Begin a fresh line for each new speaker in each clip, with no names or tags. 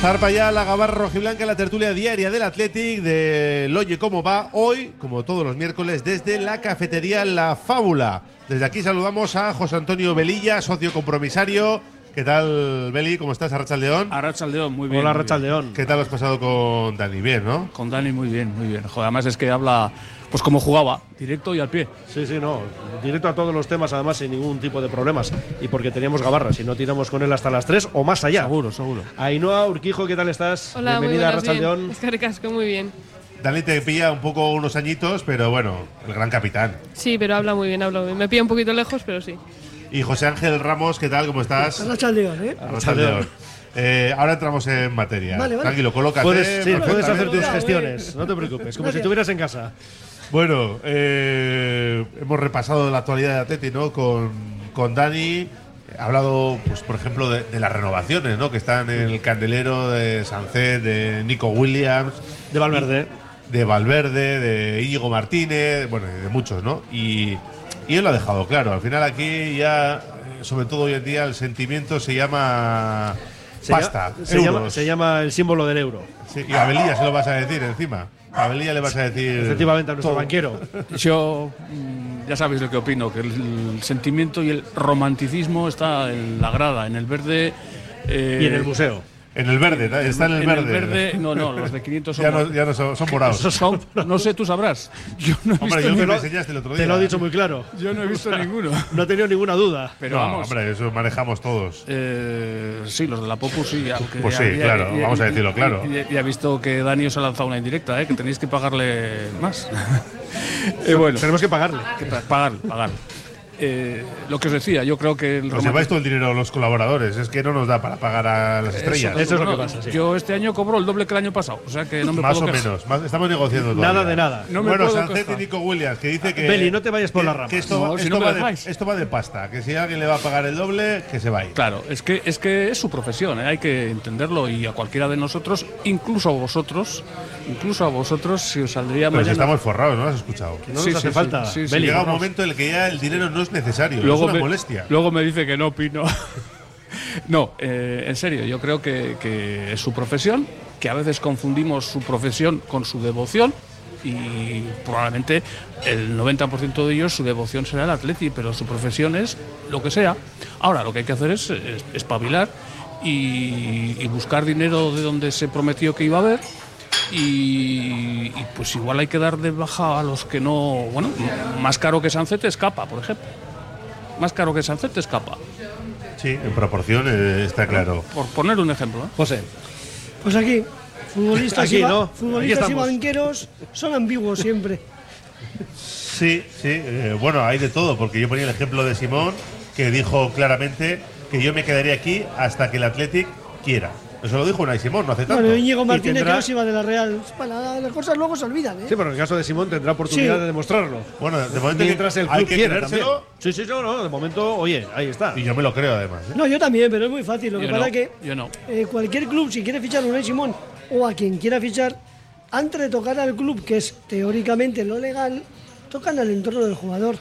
Zarpa ya la gabarra rojiblanca, la tertulia diaria del Athletic, de Oye Cómo Va, hoy, como todos los miércoles, desde la cafetería La Fábula. Desde aquí saludamos a José Antonio Velilla, socio compromisario. ¿Qué tal, Beli? ¿Cómo estás, Arracha León?
A Rachaldeón, muy bien.
Hola,
muy bien.
Rachaldeón.
¿Qué tal has pasado con Dani? Bien, ¿no?
Con Dani, muy bien, muy bien. Joder, además es que habla, pues como jugaba, directo y al pie.
Sí, sí, no. Directo a todos los temas, además, sin ningún tipo de problemas. Y porque teníamos gabarra, si no tiramos con él hasta las 3 o más allá.
Seguro, seguro.
Ainhoa Urquijo, ¿qué tal estás?
Hola,
Bienvenida a
muy buenas, bien.
Rachaldeón.
Es que recasco muy bien.
Dani te pilla un poco unos añitos, pero bueno, el gran capitán.
Sí, pero habla muy bien, habla muy bien. Me pilla un poquito lejos, pero sí.
Y José Ángel Ramos, ¿qué tal? ¿Cómo estás?
Arrachaldeón, ¿eh?
Arrachaldeón. Eh, ahora entramos en materia.
Vale, vale.
Tranquilo, colócate.
Puedes, sí, puedes
perfectamente.
hacer tus
Hola,
gestiones, no te preocupes, como si
Gracias.
estuvieras en casa.
Bueno, eh, hemos repasado la actualidad de Atleti, ¿no? Con, con Dani. Ha hablado, pues, por ejemplo, de, de las renovaciones, ¿no? Que están en el candelero de Sancet, de Nico Williams,
De Valverde.
de Valverde, de Íñigo Martínez, bueno, de muchos, ¿no? Y, y él lo ha dejado claro. Al final aquí ya, eh, sobre todo hoy en día, el sentimiento se llama
Se
pasta,
llama- se,
euros.
llama, se llama el símbolo del euro.
Sí, y a Belilla se lo vas a decir encima. A Belilla le vas a decir…
Efectivamente, a nuestro
todo.
banquero.
Yo, mm, ya sabéis lo que opino, que el, el sentimiento y el romanticismo está en la grada, en el verde. eh,
Y en el museo.
En el verde, ta- está en el verde.
no, no, los de 500 son.
Ya no, ya no son, son morados.
Esos son- no sé, tú sabrás. Yo no he
Hombre,
visto,
yo que
ni-
me enseñaste el otro día. ¿eh?
Te lo he dicho muy claro.
yo no he visto ninguno.
No he tenido ninguna duda.
Pero
no,
vamos.
hombre, eso manejamos todos.
Eh, sí, los de la Popu sí. aunque
Pues sí, claro, vamos a decirlo claro.
Ya, ya he visto que Dani os ha lanzado una indirecta, ¿eh? que tenéis que pagarle más. Eh, bueno,
Tenemos que pagarle.
que pa- pagar, pagar. Eh, lo que os decía, yo creo que el
Nos
romanticismo-
lleváis todo el dinero los colaboradores. Es que no nos da para pagar a las estrellas.
Eso es lo que
No,
pasa, sí.
Yo este año cobro el doble que el año pasado, o sea que no me
más o
puedo quejar.
menos. más- estamos negociando todo.
Nada de nada.
No me
bueno,
puedo
Sancet y
quejar.
Nico Williams, que dice que.
Beli, no te vayas por
que-
las ramas.
que esto,
No,
va-
si
esto
no me
va de,
dejáis.
esto va de pasta. Que si alguien le va a pagar el doble, que se vaya.
Claro, es que es que es su profesión, ¿eh? hay que entenderlo y a cualquiera de nosotros, incluso a vosotros, incluso a vosotros, si os saldría
Pero si
mañana.
Pues estamos forrados, ¿no? ¿Lo has escuchado?
No nos
Sí,
hace
sí, sí,
falta.
sí, sí.
Beli.
Llega un
vamos.
momento en el que ya el dinero no es necesario. es una
me,
molestia.
luego me dice que no opino. no, eh, en serio, yo creo que, que es su profesión, que a veces confundimos su profesión con su devoción y probablemente el 90% de ellos su devoción será el atleti, pero su profesión es lo que sea. Ahora, lo que hay que hacer es, es- espabilar y- y buscar dinero de donde se prometió que iba a haber y, y, pues igual hay que dar de baja a los que no. Bueno, m- más caro que Sancet escapa, por ejemplo. Más caro que Sancet escapa.
Sí, en proporción eh, está claro.
Por poner un ejemplo. ¿eh?
José,
Pues aquí, futbolistas,
Aquí,
y, ba-
¿no? Aquí
futbolistas y
estamos.
banqueros son ambiguos siempre.
Sí, sí. eh, bueno, hay de todo, porque yo ponía el ejemplo de Simón, que dijo claramente que yo me quedaría aquí hasta que el Athletic quiera. Eso lo dijo Unai Simón, no hace tanto.
Bueno, Íñigo Martínez
tendrá-
que no se iba de la Real. Bueno, las cosas luego se olvidan, ¿eh?
sí, pero en el caso de Simón tendrá oportunidad
Sí.
de demostrarlo.
Bueno, de momento
Mientras el
hay
club
que
quiera también.
creérselo,
Sí, sí, no, no, de momento, oye, ahí está.
y yo me lo creo además. ¿eh?
No, yo también, pero es muy fácil. Lo que
Yo
pasa
no,
es que
yo no.
eh, cualquier club, si quiere fichar a Unai Simón o a quien quiera fichar, antes de tocar al club, que es teóricamente lo legal, tocan al entorno del jugador.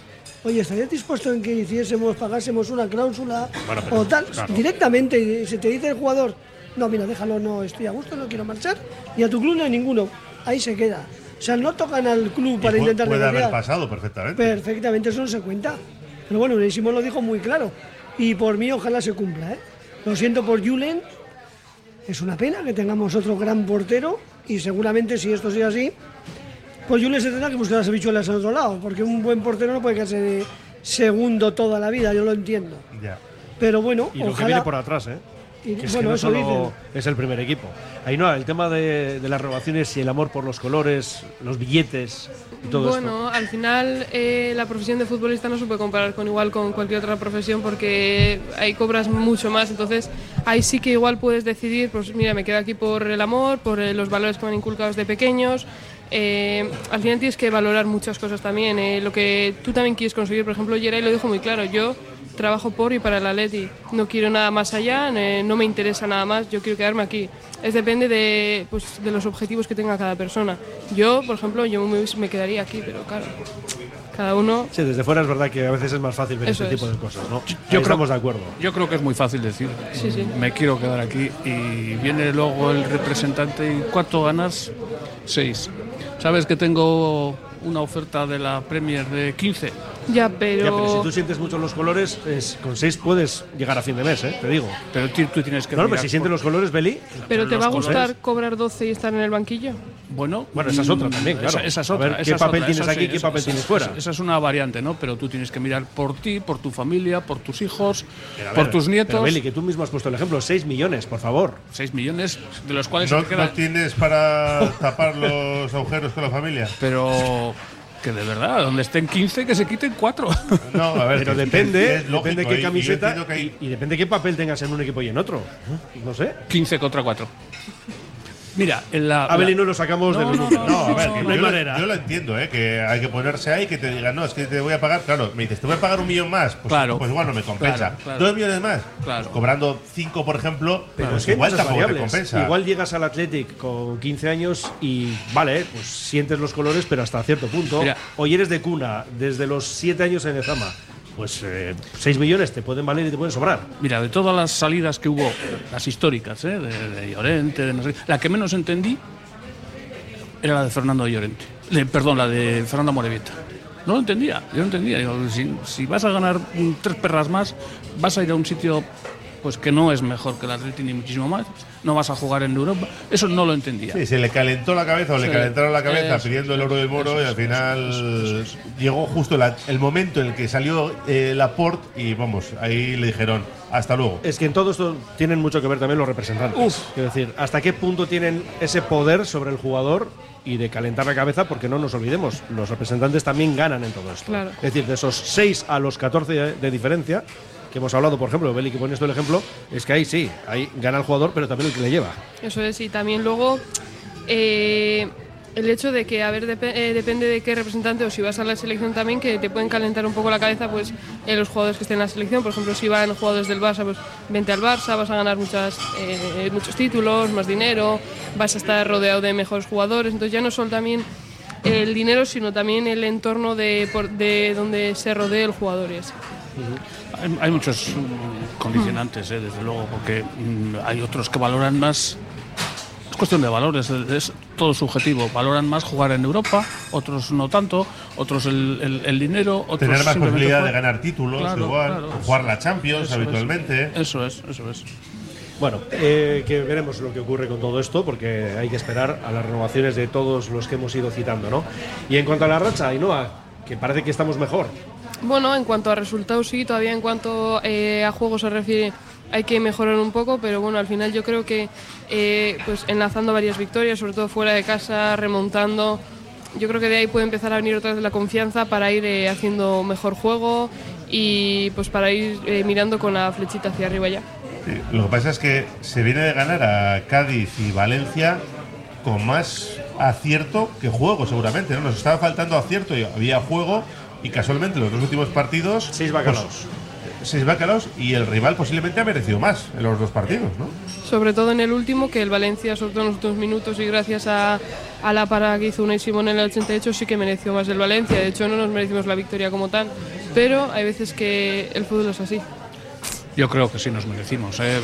Oye, ¿estarías dispuesto en que hiciésemos, pagásemos una cláusula
Bueno, pero-
o tal?
claro.
Directamente, eh, se te dice el jugador, no, mira, déjalo, no estoy a gusto, no quiero marchar, y a tu club no hay ninguno. Ahí se queda. O sea, no tocan al club
Y
para
pu-
intentar
puede haber
negociar.
pasado perfectamente.
Perfectamente, eso no se cuenta. Pero bueno, Unai Simón lo dijo muy claro. Y por mí, ojalá se cumpla. ¿eh? Lo siento por Julen. Es una pena que tengamos otro gran portero. Y seguramente, si esto sigue así, pues Julen se tendrá que buscar las habichuelas en otro lado. Porque un buen portero no puede quedarse de segundo toda la vida, yo lo entiendo.
Ya.
Pero bueno,
Y lo que viene
ojalá.
por atrás, ¿eh?
Y,
Que es que
bueno,
no
eso
solo
dicen.
es el primer equipo. Ahí no, el tema de, de las relaciones y el amor por los colores, los billetes y todo esto.
bueno, al final eh, la profesión de futbolista no se puede comparar con igual con cualquier otra profesión porque ahí cobras mucho más, entonces ahí sí que igual puedes decidir, pues mira, me quedo aquí por el amor, por eh, los valores que me han inculcado de pequeños. Eh, al final tienes que valorar muchas cosas también, eh, lo que tú también quieres conseguir, por ejemplo, Yeray lo dijo muy claro, yo trabajo por y para el Atleti, no quiero nada más allá, eh, no me interesa nada más, yo quiero quedarme aquí. Es depende de, pues, de los objetivos que tenga cada persona. Yo, por ejemplo, yo me, me quedaría aquí, pero claro, cada uno...
Sí, desde fuera es verdad que a veces es más fácil ver
Eso
este tipo
es.
de cosas, ¿no? Ahí
creo-
estamos de acuerdo.
Yo creo que es muy fácil decir,
Sí, sí.
me quiero quedar aquí y viene luego el representante y ¿cuánto ganas? Seis. ¿Sabes que tengo una oferta de la Premier de 15?
Ya, pero...
Ya, pero si tú sientes mucho los colores, es- con seis puedes llegar a fin de mes, ¿eh? Te digo.
Pero ti- tú tienes que...
No, pero
mirar
si sientes
por-
los colores, Beli,
¿Pero te
los
va a gustar
colores.
cobrar 12 y estar en el banquillo?
Bueno,
Bueno, esa es otra
mm,
también, claro.
Esa, esa es
A
otra.
ver,
esa
¿qué
es
papel
otra,
tienes
esa
aquí y qué
esa-
papel tienes
esa-
fuera?
Esa, es una variante, ¿no? Pero tú tienes que mirar por ti, por tu familia, por tus hijos,
Pero a
por
ver,
tus
Pero
nietos.
Beli, que tú mismo has puesto el ejemplo, 6 millones, por favor.
6 millones, de los cuales
¿No,
se te quedan-
no tienes para tapar los agujeros con la familia?
Pero que de verdad, donde estén 15, que se quiten 4.
No, a ver.
Pero
que- que
depende,
es lógico,
depende
y- y
qué
yo
camiseta
entiendo que hay-
y, y depende qué papel tengas en un equipo y en otro. No sé.
15 contra 4. Mira, en la.
A Beli
la-
no lo sacamos
No,
del
no,
grupo.
no,
Ah, No, a ver, que
no
yo,
hay
lo-
manera.
yo lo entiendo, ¿eh? que hay que ponerse ahí, que te digan, no, es que te voy a pagar, claro, me dices, te voy a pagar un millón más, pues,
Claro.
pues igual no me compensa.
Claro, claro.
Dos millones más,
Claro.
Pues cobrando cinco, por ejemplo,
Pero
pues
es que hay
igual
muchas
tampoco te
variables.
compensa.
Igual llegas al Athletic con 15 años y vale, pues sientes los colores, pero hasta cierto punto.
Mira.
Hoy eres de cuna, desde los 7 años en Ezama. Pues 6 millones te pueden valer y te pueden sobrar.
Mira, de todas las salidas que hubo, las históricas, ¿eh? de, de Llorente, de no sé- la que menos entendí era la de Fernando Llorente. Le- perdón, la de Fernando Morevieta. No lo entendía, yo no entendía. Digo, si, si vas a ganar mm, tres perras más, vas a ir a un sitio pues que no es mejor que el Atleti ni muchísimo más, no vas a jugar en Europa. Eso no lo entendía.
Sí, se le calentó la cabeza o le
Sí.
calentaron la cabeza
Eso,
pidiendo el oro del moro
eso,
y al
eso,
final
eso, eso, eso,
llegó justo la- el momento en el que salió eh, Laporte y vamos, ahí le dijeron, hasta luego.
Es que en todo esto tienen mucho que ver también los representantes.
Uf.
Quiero decir, hasta qué punto tienen ese poder sobre el jugador y de calentar la cabeza, porque no nos olvidemos, los representantes también ganan en todo esto.
Claro.
Es decir, de esos 6 a los 14 de, de diferencia que hemos hablado, por ejemplo, Beli que pone esto el ejemplo, es que ahí sí, ahí gana el jugador, pero también el que le lleva.
Eso es, y también luego eh, el hecho de que, a ver, depe- eh, depende de qué representante o si vas a la selección también, que te pueden calentar un poco la cabeza pues eh, los jugadores que estén en la selección. Por ejemplo, si van jugadores del Barça, pues vente al Barça, vas a ganar muchas, eh, muchos títulos, más dinero, vas a estar rodeado de mejores jugadores. Entonces ya no son también el dinero, sino también el entorno de, por- de donde se rodea el jugador. y así.
Hay, hay muchos mm, condicionantes, eh, desde luego, porque mm, hay otros que valoran más. Es cuestión de valores, es, es todo subjetivo. Valoran más jugar en Europa, otros no tanto, otros el, el- el dinero, otros.
pues
Tener más
simplemente
posibilidad de
jugar.
ganar títulos,
Claro,
igual,
claro.
jugar la Champions
Eso es.
habitualmente.
Eso es, eso es.
Bueno, eh, que veremos lo que ocurre con todo esto, porque hay que esperar a las renovaciones de todos los que hemos ido citando, ¿no? Y en cuanto a la racha, Ainhoa, que parece que estamos mejor.
Bueno, en cuanto a resultados sí, todavía en cuanto eh, a juego se refiere hay que mejorar un poco, pero bueno, al final yo creo que eh, pues enlazando varias victorias, sobre todo fuera de casa, remontando, yo creo que de ahí puede empezar a venir otra vez la confianza para ir eh, haciendo mejor juego y pues para ir eh, mirando con la flechita hacia arriba ya.
Sí, Eh, Lo que pasa es que se viene de ganar a Cádiz y Valencia con más acierto que juego, seguramente. ¿no? Nos estaba faltando acierto y había juego. Y casualmente los dos últimos partidos.
Seis bacalaos.
pues, seis bacalaos y el rival posiblemente ha merecido más en los dos partidos, ¿no?
Sobre todo en el último, que el Valencia, sobre todo en los últimos minutos y gracias a, a la parada que hizo Unai Simón en el 88, sí que mereció más el Valencia. De hecho, no nos merecimos la victoria como tal, pero hay veces que el fútbol es así.
Yo creo que sí nos merecimos. ¿eh? El,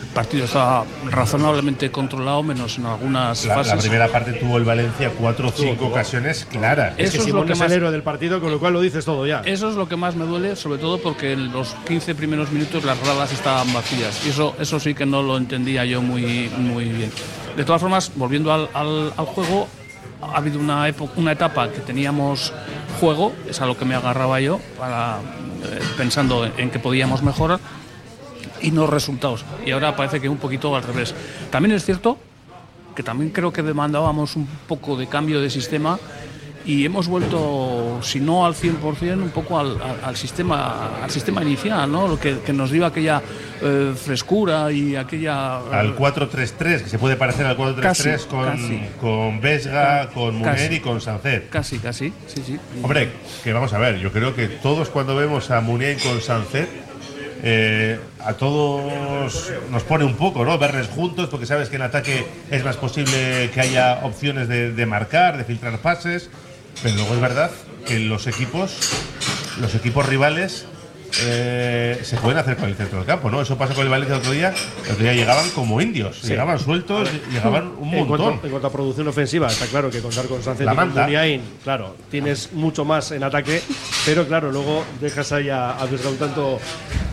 el partido está razonablemente controlado, menos en algunas
La, la
fases.
primera parte tuvo el Valencia cuatro o cinco ocasiones claras.
Es-
que
Eso
Simón
lo que
es
más- Eh,
el héroe del partido, con lo cual lo dices todo ya.
Eso es lo que más me duele, sobre todo porque en los 15 primeros minutos las gradas estaban vacías. Y eso, eso sí que no lo entendía yo muy, muy bien. De todas formas, volviendo al, al- al juego, ha habido una, epo- una etapa que teníamos juego, es a lo que me agarraba yo, para, eh, pensando en, en que podíamos mejorar. y no resultados. Y ahora parece que un poquito al revés. También es cierto que también creo que demandábamos un poco de cambio de sistema y hemos vuelto, si no al 100%, un poco al, al- al sistema, al sistema inicial, ¿no? Lo que, que nos dio aquella eh, frescura y aquella...
Al 4-3-3, que se puede parecer al 4-3-3
Casi,
con,
casi.
con Vesga, con Muner
Casi.
y con Sancet.
Casi, casi, sí, sí.
Hombre, que vamos a ver, yo creo que todos cuando vemos a Munier con Sancet, eh, a todos nos pone un poco, ¿no? Verles juntos, porque sabes que en ataque es más posible que haya opciones de, de marcar, de filtrar pases, pero luego es verdad que los equipos, los equipos rivales. eh, se pueden hacer con el centro del campo, ¿no? Eso pasó con el Valencia el otro día. El otro día llegaban como indios, llegaban sueltos, llegaban un
en, cuanto,
montón.
en cuanto a producción ofensiva, está claro que contar con Sánchez
La
y con
manta.
Muniain, claro, tienes mucho más en ataque, pero claro, luego dejas ahí a, a Vesga un tanto,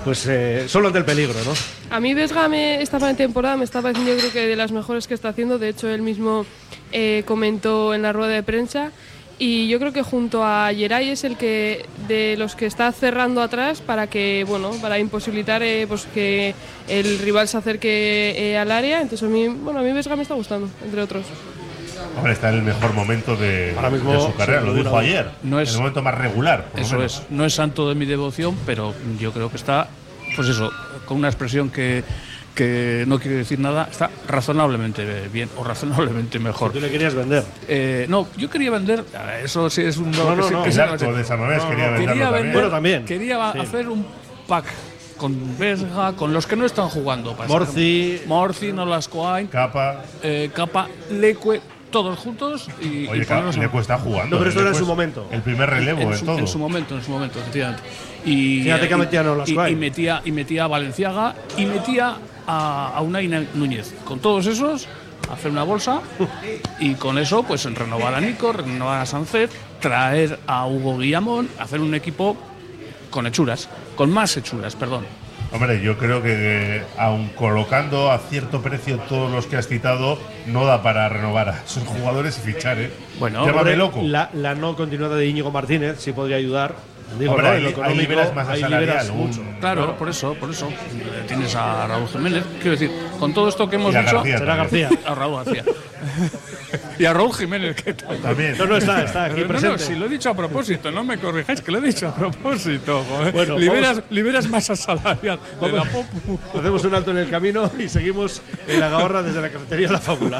pues eh, solo ante el peligro, ¿no?
A mí Vesga me- esta temporada me está pareciendo yo creo que de las mejores que está haciendo. De hecho, él mismo eh, comentó en la rueda de prensa. Y yo creo que junto a Geray es el que de los que está cerrando atrás para que, bueno, para imposibilitar eh, pues que el rival se acerque eh, al área. Entonces a mí, bueno, a mí Vesga me está gustando, entre otros.
Ahora está en el mejor momento de,
Ahora mismo,
de su carrera,
sin
lo
duda,
dijo ayer.
no es-
el momento más regular. por lo
Eso
menos.
es, no es santo de mi devoción, pero yo creo que está, pues eso, con una expresión que, que no quiero decir nada, está razonablemente bien o razonablemente mejor.
Tú le querías vender.
Eh, no, yo quería vender, a ver, eso sí es un...
No, no,
que sí-
no,
que
El
sí-
arco de San Mamés quería venderlo
quería
también.
vender,
Bueno, también.
quería
Sí.
hacer un pack con Vesga, con los que no están jugando. para
Morci.
ser- Morci, Nolascoain,
Capa.
eh, Capa, Leque, todos juntos y,
Oye,
y ponerlos en-
le cuesta jugando.
No, pero esto
Le
era en su
cuesta-
momento.
El primer relevo
en
de
su,
todo.
en su momento, en su momento, efectivamente. Y,
Fíjate que
y-
metían a Olascoain.
y- y metía, y metía a Valenciaga y metía a, a Unai Na- Núñez. Con todos esos, hacer una bolsa y con eso, pues renovar a Nico, renovar a Sánchez, traer a Hugo Guillamón, hacer un equipo con hechuras, con más hechuras, perdón.
Hombre, yo creo que eh, aun colocando a cierto precio todos los que has citado, no da para renovar a esos jugadores y fichar, ¿eh?
Bueno,
Llámame
Hombre,
loco.
La, la no continuada de Íñigo Martínez sí podría ayudar. Digo,
Hombre,
¿no?
ahí-
En lo
ahí
económico,
liberas masa
ahí
salarial,
liberas
un-
mucho.
Claro, por eso, por eso. Eh, Tienes a Raúl Jiménez. Quiero decir, con todo esto que hemos
Y a
dicho.
García
Será
también.
García.
A Raúl García. y a Raúl Jiménez, que tal?
También.
No, no, está, está aquí
Pero no, no,
presente.
si lo he dicho a propósito, no me corrijáis, que lo he dicho a propósito. joder.
Bueno,
liberas, liberas masa salarial de la popu.
Hacemos un alto en el camino y seguimos en la gabarra desde la cafetería La Fábula.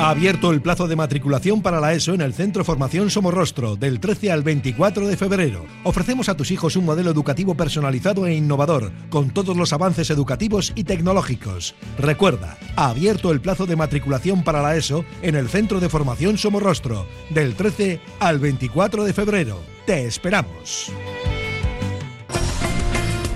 Ha abierto el plazo de matriculación para la ESO en el Centro Formación Somorrostro del 13 al 24 de febrero. Ofrecemos a tus hijos un modelo educativo personalizado e innovador, con todos los avances educativos y tecnológicos. Recuerda, ha abierto el plazo de matriculación para la ESO en el Centro de Formación Somorrostro del 13 al 24 de febrero. Te esperamos.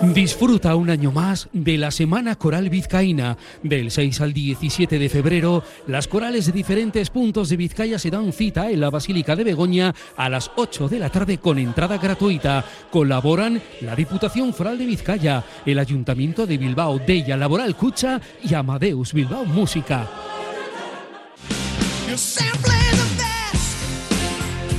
Disfruta un año más de la Semana Coral Vizcaína. Del 6 al 17 de febrero, las corales de diferentes puntos de Vizcaya se dan cita en la Basílica de Begoña a las 8 de la tarde con entrada gratuita. Colaboran la Diputación Foral de Vizcaya, el Ayuntamiento de Bilbao, Della Laboral Cucha y Amadeus Bilbao Música.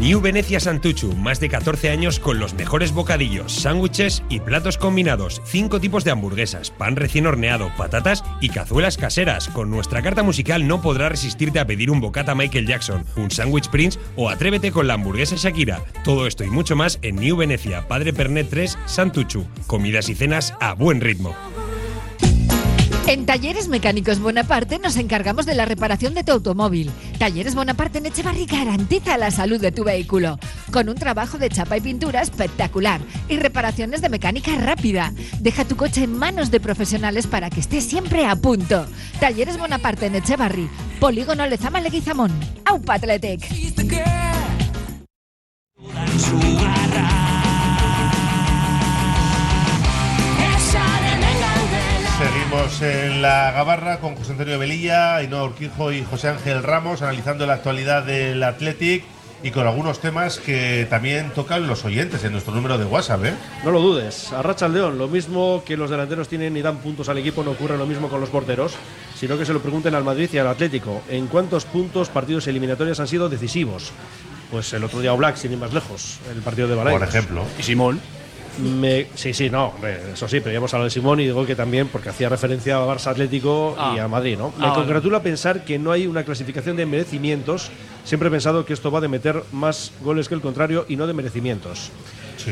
New Venecia Santuchu, más de 14 años con los mejores bocadillos, sándwiches y platos combinados, cinco tipos de hamburguesas, pan recién horneado, patatas y cazuelas caseras. Con nuestra carta musical no podrás resistirte a pedir un bocata Michael Jackson, un sándwich Prince o atrévete con la hamburguesa Shakira. Todo esto y mucho más en New Venecia, Padre Pernet 3, Santuchu. Comidas y cenas a buen ritmo.
En Talleres Mecánicos Bonaparte nos encargamos de la reparación de tu automóvil. Talleres Bonaparte en Echevarri garantiza la salud de tu vehículo, con un trabajo de chapa y pintura espectacular y reparaciones de mecánica rápida. Deja tu coche en manos de profesionales para que esté siempre a punto. Talleres Bonaparte en Echevarri, Polígono Lezama Leguizamón, Aupa Athletic.
Seguimos en la Gabarra con José Antonio Velilla, Ainhoa Urquijo y José Ángel Ramos analizando la actualidad del Athletic y con algunos temas que también tocan los oyentes en nuestro número de WhatsApp. ¿eh?
No lo dudes, a León, lo mismo que los delanteros tienen y dan puntos al equipo, no ocurre lo mismo con los porteros, sino que se lo pregunten al Madrid y al Atlético. ¿En cuántos puntos partidos eliminatorios han sido decisivos? Pues el otro día Black, sin ir más lejos, el partido de Valencia.
Por ejemplo.
Y Simón. Me- sí, sí, no, hombre, eso sí, pero ya hemos hablado de Simón y digo que también porque hacía referencia a Barça Atlético y
Ah.
a Madrid, ¿no? Me
Ah, vale.
congratula pensar que no hay una clasificación de merecimientos. Siempre he pensado que esto va de meter más goles que el contrario y no de merecimientos.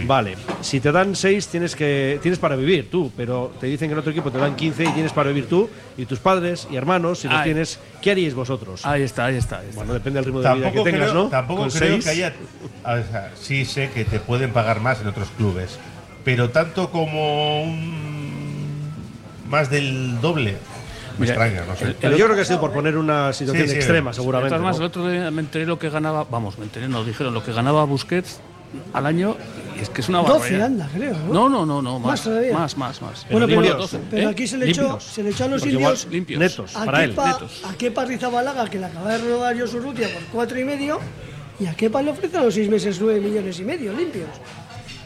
Vale, si te dan 6 tienes, que, tienes para vivir tú, pero te dicen que en otro equipo te dan 15 y tienes para vivir tú y tus padres y hermanos, si los
Ay.
tienes, ¿qué haríais vosotros?
Ahí está, ahí está.
Bueno, depende del ritmo de vida que tengas,
creo,
¿no?
Ah. Tampoco
Con
creo
seis-
que haya. a ver, o sea, sí sé que te pueden pagar más en otros clubes, pero tanto como un- más del doble. Me
Mira,
extraña, no sé.
el-
Pero yo creo que ha sido por poner una situación
Sí, sí.
extrema,
De
seguramente.
todas maneras,
¿no?
el otro día me enteré lo que ganaba, vamos, me enteré, nos dijeron lo que ganaba Busquets al año, y es que es una
12
¿eh?
barbaridad.
anda, creo.
No, no, no, no,
Más
más,
todavía.
más, más, más.
Bueno, pero,
Limpios, 12,
pero
¿eh?
aquí se le, echó,
Limpios.
se le echó a los
Porque igual
indios
limpios.
netos,
a
para él.
Kepa,
Netos.
a Kepa Rizabalaga, que le acaba de renovar yo su rutia por cuatro y medio, y a Kepa le ofrece a los seis meses nueve millones y medio limpios.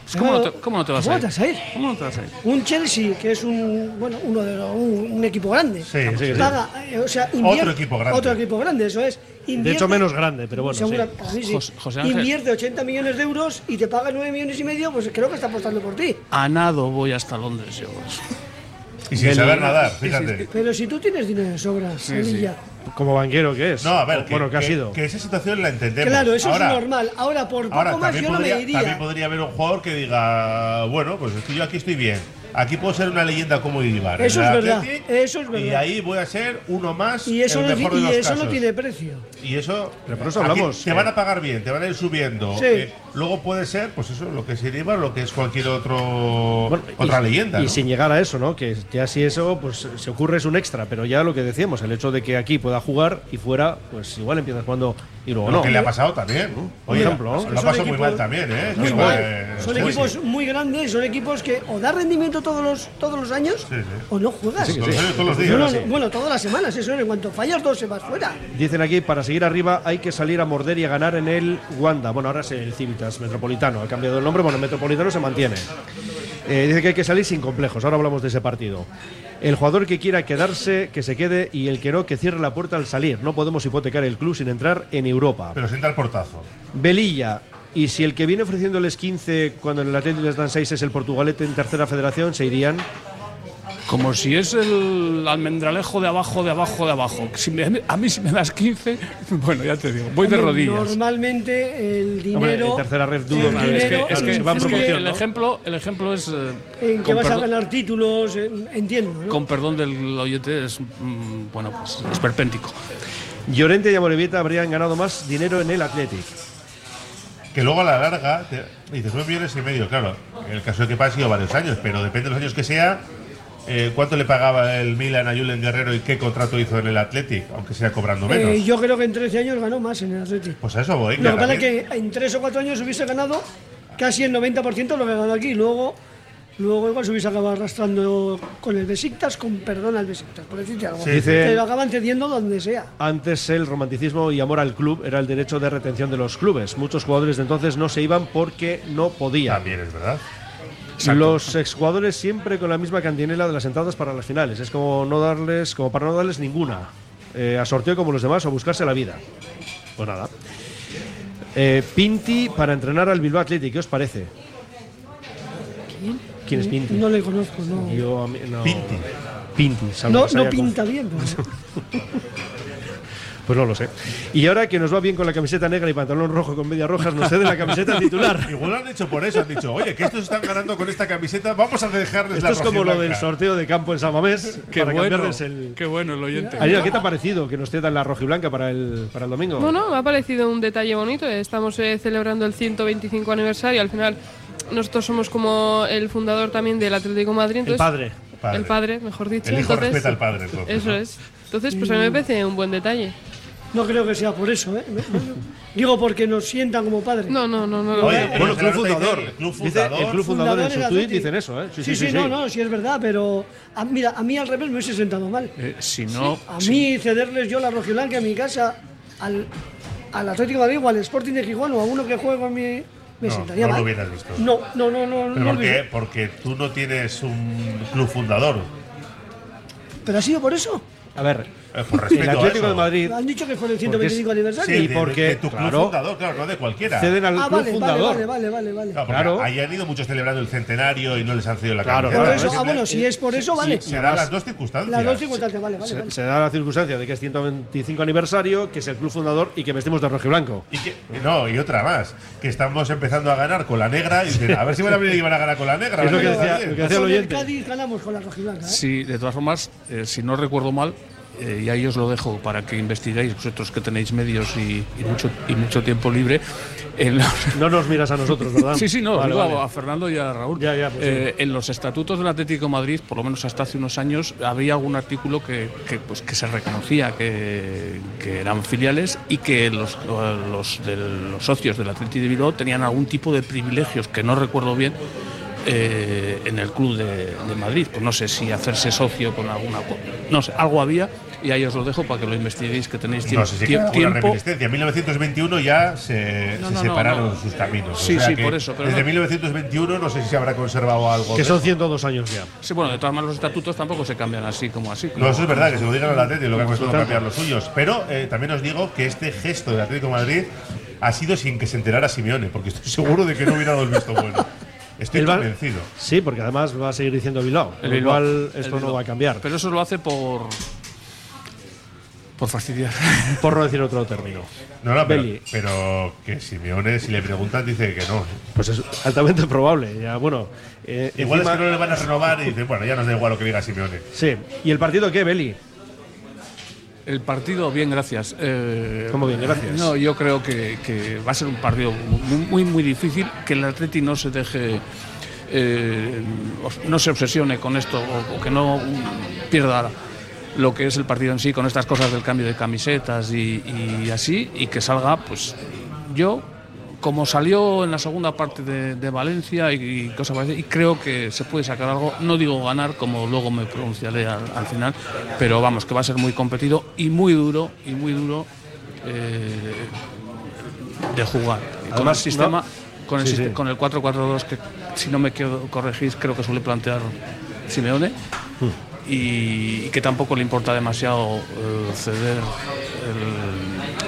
Pues, ¿Cómo, no
Claro,
te, ¿Cómo no te vas a
¿cómo
ir?
te vas a ir?
¿Cómo no te vas a ir?
Un Chelsea, que es un, bueno, uno de los- un, un equipo grande,
Sí, sí, sí.
paga, eh, o sea, invier-
Otro equipo grande.
Otro equipo grande, eso es.
De
Invierte-
hecho, menos grande, pero bueno.
Segura-
sí.
para mí sí.
Jos- José Ángel.
Invierte 80 millones de euros y te paga 9 millones y medio, pues creo que está apostando por ti.
A nado voy hasta Londres yo.
Y sin
el-
saber nadar,
sí, sí,
fíjate.
Pero si tú tienes dinero de sobra, Sevilla.
Como banquero que es.
No, a ver, que,
bueno, que ha
que-
sido.
que esa situación la entendemos.
Claro, eso
Ahora-
es normal. Ahora, por poco
Ahora,
más
también
yo no
podría,
me iría.
también podría haber un jugador que diga, bueno, pues es que yo aquí estoy bien. Aquí puedo ser una leyenda como Iribar.
Eso
en el
es verdad,
Athletic,
eso es
Y
verdad.
ahí voy a ser uno más.
y eso,
el
no,
mejor
ti-
de
y
los
eso no
casos.
tiene precio.
Y eso.
Pero por eso
aquí
hablamos,
Te
eh.
van a pagar bien, te van a ir subiendo.
Sí.
Eh, luego puede ser, pues eso, lo que es Iribar, lo que es cualquier otro
Bueno,
otra
y-
leyenda.
Y
¿no?
sin llegar a eso, ¿no? Que ya si eso, pues se ocurre es un extra, pero ya lo que decíamos, el hecho de que aquí pueda jugar y fuera, pues igual empiezas jugando y luego
Lo
no.
que le ha pasado también. ¿no? Oye,
ejemplo, ¿no?
lo ha
Son
pasado muy
equipos-
mal también, ¿eh?
Muy
Que,
mal.
eh,
son
sí,
equipos
sí.
muy grandes, son equipos que o da rendimiento todos los, todos los años
Sí, sí.
o no juegas.
Todos los años, todos los
No,
días.
no, no, bueno, todas las semanas, eso en cuanto fallas dos se vas fuera.
Dicen aquí, para seguir arriba hay que salir a morder y a ganar en el Wanda. Bueno, ahora es el Civitas Metropolitano, ha cambiado el nombre, bueno, el Metropolitano se mantiene. Eh, dice que hay que salir sin complejos, ahora hablamos de ese partido. El jugador que quiera quedarse, que se quede, y el que no, que cierre la puerta al salir. No podemos hipotecar el club sin entrar en Europa.
Pero sienta el portazo.
Belilla. Y si el que viene ofreciéndoles 15 cuando en el Atlético les dan 6 es el Portugalete en tercera federación, se irían.
Como si es el almendralejo de abajo, de abajo, de abajo. Si me- a mí si me das 15, bueno, ya te digo, voy de
Hombre,
rodillas.
Normalmente el
Hombre,
dinero.
en tercera red dudo.
el
que-
A ver, es que,
dinero-
es que-
se va en
es que
proporción,
el,
¿no?
ejemplo, el ejemplo es. eh,
En que
con
vas a
perdón-
ganar títulos, en- entiendo. ¿no?
Con perdón del oyente es mm, bueno pues es perpéntico.
Llorente y Amorevita habrían ganado más dinero en el Athletic.
Que luego a la larga te, dices nueve millones y medio, claro. En el caso de que ha sido varios años, pero depende de los años que sea, eh, cuánto le pagaba el Milan a Julen Guerrero y qué contrato hizo en el Athletic, aunque sea cobrando menos.
Eh, yo creo que en 13 años ganó más en el Atleti.
Pues a eso voy.
Lo que pasa es
también.
que en 3 o 4 años hubiese ganado casi el 90% de lo que ganó aquí. Luego, luego igual se hubiese acabado arrastrando con el Besiktas, con perdón al Besiktas, por decirte algo.
Sí, dice-
Te lo acaban cediendo donde sea.
Antes el romanticismo y amor al club era el derecho de retención de los clubes. Muchos jugadores de entonces no se iban porque no podían.
También es verdad.
Los exjugadores siempre con la misma cantinela de las entradas para las finales. Es como no darles, como para no darles ninguna. Eh, a sorteo como los demás o a buscarse la vida. Pues nada. Eh, Pinti para entrenar al Bilbao Athletic, ¿qué os parece?
¿Quién?
¿Quién es Pinti?
No le conozco, no.
Yo a mí- no.
Pinti.
Pinti, salvo
No,
que se
no
haya conf-
pinta bien. pues.
Pues no lo sé. Y ahora que nos va bien con la camiseta negra y pantalón rojo con medias rojas, nos cede la camiseta titular.
Igual lo han hecho por eso, han dicho, oye, que estos están ganando con esta camiseta, vamos a dejarles
Esto
la
es como lo
rojiblanca".
del sorteo de campo en San Mamés.
Qué
para
bueno,
cambiarles el.
qué bueno el oyente.
Ariel, ¿qué te ha parecido que nos cedan la rojiblanca para el, para el domingo?
Bueno, me ha parecido un detalle bonito. Estamos eh, celebrando el 125 aniversario. Al final, nosotros somos como el fundador también del Atlético de Madrid. entonces-
padre.
Padre.
El padre, mejor dicho.
El hijo
entonces-
respeta al padre, entonces,
Eso
¿no?
es. Entonces, pues a mí me parece un buen detalle.
No creo que sea por eso, ¿eh? Digo porque nos sientan como padres.
No, no, no, no.
Oye, pero el club fundador. El club
Dice
fundador.
el club fundador en
Fundadores
su tweet
Athletic.
dicen eso, ¿eh?
Sí, sí, no, no, sí es verdad, pero a, mira, a mí al revés me hubiese sentado mal.
Eh, si no,
A
si-
mí cederles yo la rojiblanca a mi casa, al, al Atlético de Madrid o al Sporting de Gijón o a uno que juegue con mi... Me
No,
sentaría
no lo
mal.
hubieras visto.
No, no, no, no.
¿Pero
no
por
lo
qué?
hubiese-
Porque tú no tienes un club fundador.
¿Pero ha sido por eso?
A ver,
Eh, por
el
respeto a
Atlético
eso.
de Madrid
Han dicho que fue
Porque
el
es-
125 aniversario.
Sí,
Y
de-
porque,
de tu club
claro,
fundador, claro, no de cualquiera.
ceden al
ah,
club
vale, vale,
fundador. Ah,
vale, vale, vale, vale.
Claro, porque
Claro.
ahí han ido muchos celebrando el centenario y no les han cedido la
Claro.
camiseta.
Por eso,
¿no?
ah, bueno, si es por eso, vale.
Serán las dos circunstancias.
Las dos circunstancias, vale, vale,
Se,
vale.
se da la circunstancia de que es 125 aniversario, que es el club fundador y que vestimos de rojo y blanco.
Y que- no, y otra más, que estamos empezando a ganar con la negra y dicen, a ver si van a venir y van a ganar con la negra.
Es lo que
¿verdad?
decía- lo que decía el
Con el
oyente.
Cádiz ganamos con la rojiblanca, ¿eh?
si- de todas formas, eh, si no recuerdo mal, eh, y ahí os lo dejo para que investiguéis vosotros que tenéis medios y, y mucho, y mucho tiempo libre. En los-
No nos miras a nosotros, ¿verdad?
Sí, sí, no,
Vale,
digo a-
vale.
a Fernando y a Raúl.
Ya, ya, pues
Eh, En los estatutos del Atlético de Madrid, por lo menos hasta hace unos años, había algún artículo que, que, pues, que se reconocía que, que eran filiales y que los, los, del- los socios del Atlético de Bilbao tenían algún tipo de privilegios que no recuerdo bien. eh, en el club de, de Madrid, pues no sé si hacerse socio con alguna, co- no sé, algo había y ahí os lo dejo para que lo investiguéis, que tenéis tiempo.
No sé si queda alguna reminiscencia. En 1921 ya se,
No,
se
no, no,
separaron
no.
sus caminos.
Sí, sí,
que
por eso, pero
desde
no.
1921 no sé si se habrá conservado algo.
Que
de
son
eso.
102 años ya.
Sí, bueno, de todas maneras los estatutos tampoco se cambian así como así.
No,
como-
eso es verdad, que se lo digan al Atlético, lo que han costado
Total.
cambiar los suyos. Pero eh, también os digo que este gesto del Atlético de Madrid ha sido sin que se enterara Simeone, porque estoy seguro de que no hubiera dado el visto bueno. Estoy
El Bar-
convencido.
Sí, porque además va a seguir diciendo Bilbao.
El
El
Bilbao.
Bilbao,
El
esto no
Bilbao.
va a cambiar.
Pero eso lo hace por. por fastidiar.
Por no decir otro término.
No, no, pero,
Belli.
pero que Simeone, si le preguntan, dice que no.
Pues es altamente probable. Ya, bueno, eh,
Igual
encima-
es que no le van a renovar y dice, bueno, ya nos da igual lo que diga Simeone.
Sí. ¿Y el partido qué, Beli?
El partido, bien, gracias. Eh,
¿Cómo bien, gracias?
No, yo creo que, que va a ser un partido muy, muy, muy difícil. Que el Atleti no se deje. eh, os- no se obsesione con esto o, o que no mm, pierda lo que es el partido en sí con estas cosas del cambio de camisetas y, y así y que salga pues yo como salió en la segunda parte de, de Valencia y, y cosas parecidas, y creo que se puede sacar algo, no digo ganar, como luego me pronunciaré al, al final, pero vamos, que va a ser muy competido y muy duro, y muy duro eh, de jugar. Y con el
Además,
sistema,
no-
con, el
Sí,
siste-
sí.
con el 4-4-2, que si no me quedo, corregís, creo que suele plantear Simeone,
Hmm.
y, y que tampoco le importa demasiado eh, ceder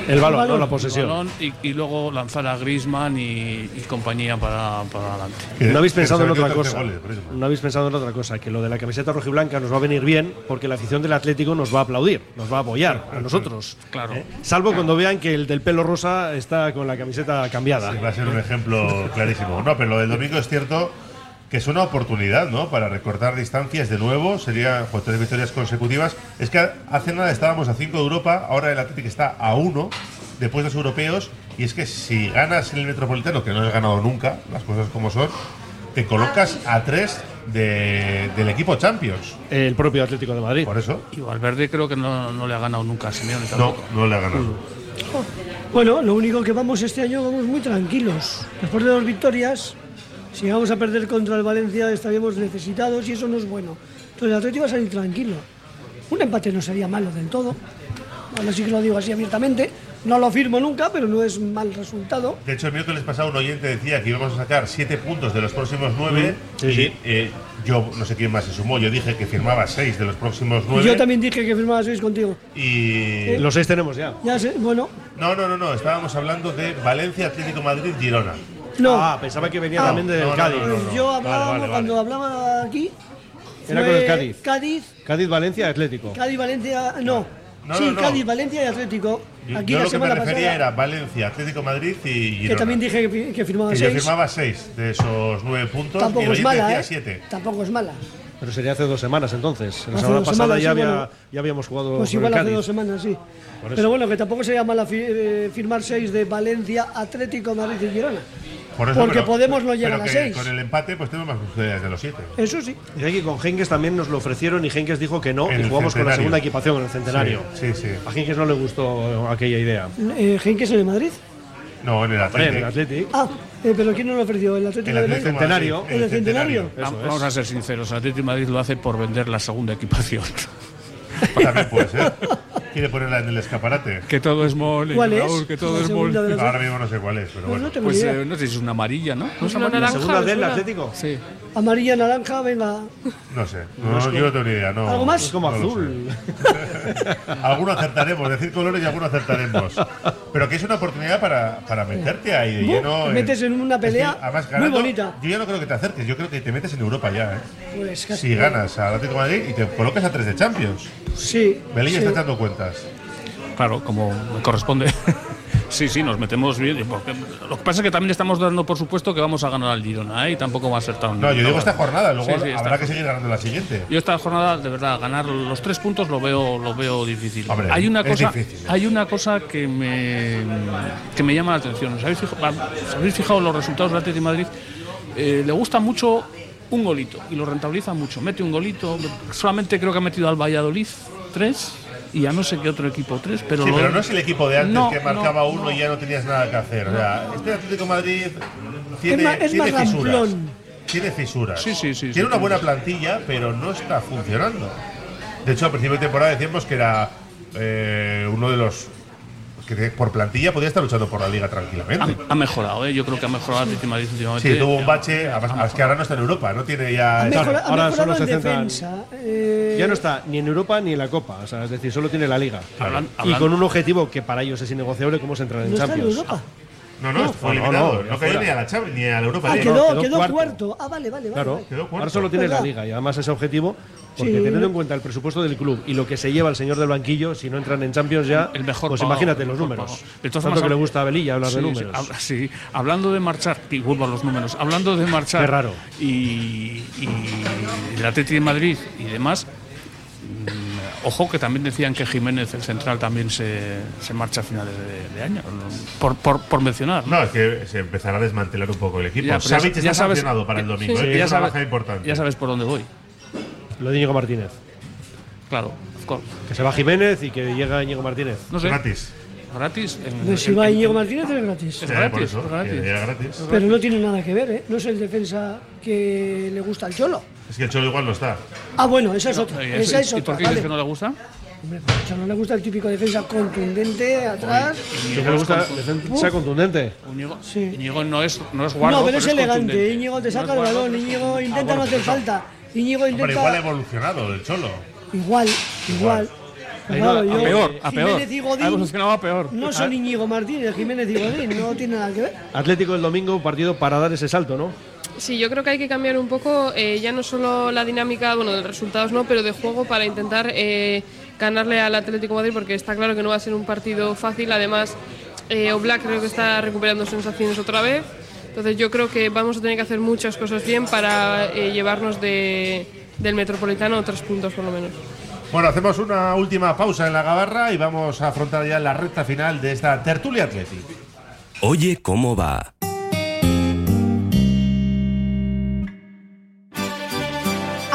el
El balón, no
balón.
la posesión.
balón y, y luego lanzar a Griezmann y, y compañía para, para adelante.
No habéis
Que
pensado en
se metió
otra
13
cosa.
goles, por eso.
No habéis pensado en otra cosa, que lo de la camiseta rojiblanca nos va a venir bien porque la afición del Atlético nos va a aplaudir, nos va a apoyar a nosotros.
Claro.
¿eh? Salvo cuando vean que el del pelo rosa está con la camiseta cambiada.
Sí, va a ser un ejemplo clarísimo. No, pero lo del domingo es cierto que es una oportunidad, ¿no? Para recortar distancias de nuevo. Sería jo, tres victorias consecutivas. Es que hace nada estábamos a 5 de Europa, ahora el Atlético está a 1 de puestos europeos. Y es que si ganas en el Metropolitano, que no has ganado nunca, las cosas como son, te colocas a 3 de- del equipo Champions.
El propio Atlético de Madrid.
Por eso.
Y Valverde creo que no, no le ha ganado nunca a Simeone
No,
tampoco.
no le ha ganado.
Bueno, lo único que vamos este año, vamos muy tranquilos. Después de dos victorias, si vamos a perder contra el Valencia, estaríamos necesitados y eso no es bueno. Entonces el Atlético va a salir tranquilo. Un empate no sería malo del todo. Ahora sí que lo digo así abiertamente. No lo firmo nunca, pero no es mal resultado.
De hecho, el miércoles pasado un oyente decía que íbamos a sacar 7 puntos de los próximos 9.
Mm, sí, sí.
yo no sé quién más se sumó. Yo dije que firmaba 6 de los próximos 9.
Yo también dije que firmaba seis contigo.
Y.
Eh, Los seis tenemos ya.
Ya sé, bueno,
No, no, no, no. Estábamos hablando de Valencia, Atlético Madrid, Girona.
no.
Ah, pensaba que venía
Ah.
también del
No, no,
Cádiz.
no, no, no.
Yo hablaba,
Vale, vale,
cuando hablaba aquí.
Era
fue
con el Cádiz.
Cádiz,
Cádiz, Valencia, Atlético.
Cádiz, Valencia. No.
No,
sí,
no, no.
Cádiz, Valencia y Atlético.
Yo,
Aquí
yo
la
lo que me
semana
refería
pasada.
era Valencia, Atlético Madrid y Girona.
que también dije que, fi- que firmaba
Que yo
seis.
firmaba 6 de esos 9 puntos. y el
Tampoco es
oyente
mala,
decía
¿eh?
7.
Tampoco es mala.
Pero sería hace dos semanas entonces. La
Hace
semana
dos
pasada
semanas,
ya,
sí,
había-
bueno.
ya habíamos jugado con
Pues
el
igual hace
Cádiz.
dos semanas, sí.
Por eso.
Pero bueno, que tampoco sería mala fi- eh, firmar seis de Valencia, Atlético, Madrid y Girona.
Por eso,
Porque
pero-
Podemos no llega
pero
a
que
seis.
Con el empate, pues tenemos más posibilidades de los 7.
Eso sí.
Y aquí con Henkes también nos lo ofrecieron y Henkes dijo que no.
En
y
el
jugamos con la
centenario.
segunda equipación en el centenario.
Sí, sí.
A Henkes no le gustó aquella idea.
Eh, ¿Henkes en el Madrid?
No, en el
Hombre, en el
Atlético.
Athletic.
Ah, eh, pero ¿quién nos lo ofreció? ¿El Atlético
El
de
Atlético
Madrid?
Centenario.
Madrid,
¿En el centenario?
centenario.
Eso
Vamos
es.
a ser sinceros, Atlético de Madrid lo hace por vender la segunda equipación.
También puede ser. Quiere ponerla en el escaparate.
que todo es mole,
¿Cuál es?
Raúl, que todo
La
es
segunda de
mole.
las-
Ahora mismo no sé cuál es, pero
Pues
bueno.
no tengo
Pues
ni idea.
eh, no sé si es una amarilla, ¿no? ¿No es
Una
amarilla?
¿La
naranja.
segunda
¿os
del
suena?
Atlético?
Sí.
Amarilla, naranja, venga.
No sé. No, yo no tengo ni idea. No,
¿Algo más?
Es como
no lo
azul.
sé. alguno acertaremos. Decir colores y alguno acertaremos. Pero que es una oportunidad para, para meterte ahí de
Buh,
lleno.
te metes en una pelea muy
ganando,
bonita.
Yo ya no creo que te acerques. Yo creo que te metes en Europa ya. ¿eh?
Pues casi.
Si ganas al Atlético de Madrid y te colocas a tres de Champions.
Sí.
Belén ya
sí.
está echando cuentas.
Claro, como me corresponde. Sí, sí, nos metemos bien. porque lo que pasa es que también estamos dando por supuesto que vamos a ganar al Girona, ¿eh? Y tampoco va a ser tan.
No, yo digo
tan-
esta jornada. Luego
Sí, sí, esta
habrá que seguir ganando la siguiente.
Yo esta jornada, de verdad, ganar los tres puntos lo veo, lo veo difícil.
Hombre,
hay una
es
cosa,
difícil. ¿eh?
hay una cosa que me que me llama la atención. ¿Os habéis fijado, os habéis fijado los resultados del Atlético de Madrid? Eh, le gusta mucho un golito y lo rentabiliza mucho. Mete un golito. Solamente creo que ha metido al Valladolid tres y a no sé qué otro equipo tres, pero
Sí,
lo-
pero no es el equipo de antes
No,
que marcaba
no,
uno
no.
y ya no tenías nada que hacer. O sea, este Atlético de Madrid tiene,
más- es
tiene
más
fisuras.
ramplón.
Tiene fisuras.
Sí, sí, sí, sí,
Tiene una
tiene
buena plantilla, pero no está funcionando. De hecho, al principio de temporada decíamos que era eh, uno de los que de- por plantilla podía estar luchando por la liga
ha,
tranquilamente.
ha mejorado, ¿eh? Yo creo que ha mejorado el Atlético de Madrid últimamente.
Sí, tuvo un bache, además además que ahora no está en Europa, no tiene ya.
Ha
esa-
mejora- ha
ahora solo
mejorado
se
en
centran-
defensa. eh,
Ya no está ni en Europa ni en la Copa. O sea, es decir, solo tiene la Liga.
Hablan-
Y
hablan-
con un objetivo que para ellos es innegociable, como es entrar en
no está en
Champions.
Europa.
No, no, fue
no,
eliminado.
no,
No,
ya
cayó
fuera.
ni a la Champions, ni a la Europa
Ah,
League.
quedó,
quedó
quedó,
cuarto.
cuarto. Ah, vale, vale, vale.
Claro,
vale.
Quedó cuarto.
ahora solo tiene la
¿Verdad?
liga y además ese objetivo, porque
Sí.
teniendo en cuenta el presupuesto del club y lo que se lleva el señor del banquillo, si no entran en Champions ya,
El mejor
pues
pagado,
imagínate
el
los
mejor
números.
pagado. De todas
Tanto
formas,
que le
hab-
gusta a Belilla hablar de
Sí,
números.
Sí, hab- sí. hablando de marchar, y vuelvo a los números, hablando de marchar
Qué raro.
y, y el Atleti de Madrid y demás, mm, ojo que también decían que Jiménez, el central, también se, se marcha a finales de, de año, ¿no? por, por, por mencionar. ¿no?
No, es que se empezará a desmantelar un poco el equipo.
Ya, pero ya-
Savic
ya
está
sabes-
sancionado para el domingo.
Sí,
¿eh?
sí,
Que
ya
es una
sabes-
baja importante.
Ya sabes por dónde voy,
Lo de Íñigo Martínez.
claro. of course.
Que se va Jiménez y que llega Íñigo Martínez.
No sé,
Gratis.
gratis. en-
Pues si
en-
va
en-
Íñigo Martínez es gratis.
Es
Sí,
gratis,
por eso,
es gratis.
que era gratis.
Pero no tiene nada que ver, ¿eh? No es el defensa que le gusta al Cholo.
Es que el Cholo igual no está.
Ah, bueno, esa es otra.
¿Y,
Esa es
y
otra.
por qué
vale.
dices que no le gusta?
Hombre, pues al Cholo le gusta el típico defensa contundente atrás.
Que le gusta defensa contundente.
Íñigo,
Sí.
Íñigo no es, no es guardo,
no, pero es elegante.
contundente.
Íñigo te
No
saca
es
el
guardo,
balón.
pero es
Íñigo
contundente.
intenta no hacer falta. Íñigo
Hombre, igual ha
intenta.
evolucionado el Cholo.
Igual, igual.
Ha
Pero
ido a-
claro,
a
yo-
peor, a peor.
Jiménez y
Ha
Godín
evolucionado a peor.
no son Íñigo Martínez, Jiménez y Godín. No tiene nada que ver.
Atlético el domingo, un partido para dar ese salto, ¿no?
Sí, yo creo que hay que cambiar un poco, eh, ya no solo la dinámica, bueno, de resultados no, pero de juego para intentar eh, ganarle al Atlético de Madrid, porque está claro que no va a ser un partido fácil. Además, eh, Oblak creo que está recuperando sensaciones otra vez. Entonces, yo creo que vamos a tener que hacer muchas cosas bien para eh, llevarnos de- del Metropolitano tres puntos por lo menos.
Bueno, hacemos una última pausa en la gabarra y vamos a afrontar ya la recta final de esta tertulia atlética.
Oye cómo va.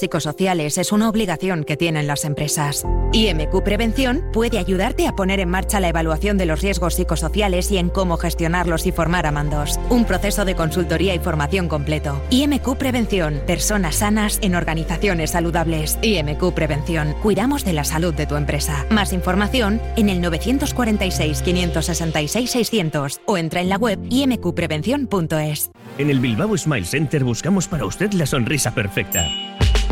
psicosociales es una obligación que tienen las empresas. IMQ Prevención puede ayudarte a poner en marcha la evaluación de los riesgos psicosociales y en cómo gestionarlos y formar a mandos. Un proceso de consultoría y formación completo. IMQ Prevención, personas sanas en organizaciones saludables. IMQ Prevención, cuidamos de la salud de tu empresa. Más información en el 946-566-600 o entra en la web imqprevención.es.
En el Bilbao Smile Center buscamos para usted la sonrisa perfecta.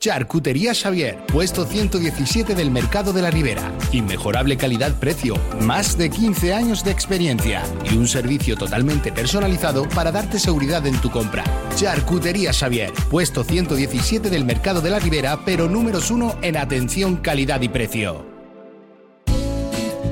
Charcutería Xavier, puesto 117 del Mercado de la Ribera. Inmejorable calidad-precio, más de 15 años de experiencia y un servicio totalmente personalizado para darte seguridad en tu compra. Charcutería Xavier, puesto 117 del Mercado de la Ribera, pero números uno en atención, calidad y precio.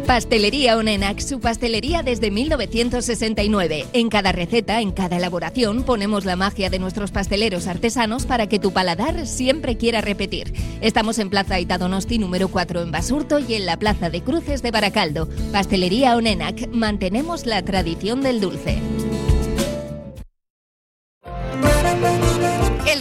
Pastelería Onenac, su pastelería desde 1969. En cada receta, en cada elaboración, ponemos la magia de nuestros pasteleros artesanos para que tu paladar siempre quiera repetir. Estamos en Plaza Itadonosti número 4 en Basurto y en la Plaza de Cruces de Baracaldo. Pastelería Onenac, mantenemos la tradición del dulce.
El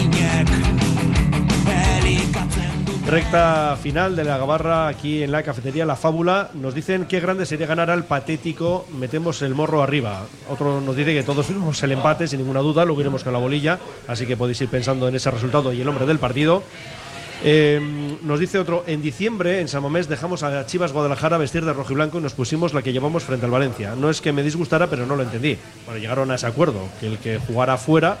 Recta final de la gabarra aquí en la cafetería La Fábula. Nos dicen qué grande sería ganar al patético. Metemos el morro arriba. Otro nos dice que todos firmamos el empate, sin ninguna duda. Luego iremos con la bolilla. Así que podéis ir pensando en ese resultado y el hombre del partido. Eh, nos dice otro, en diciembre en Samamés dejamos a Chivas Guadalajara vestir de rojo y blanco y nos pusimos la que llevamos frente al Valencia. No es que me disgustara, pero no lo entendí. Bueno, llegaron a ese acuerdo, que el que jugara fuera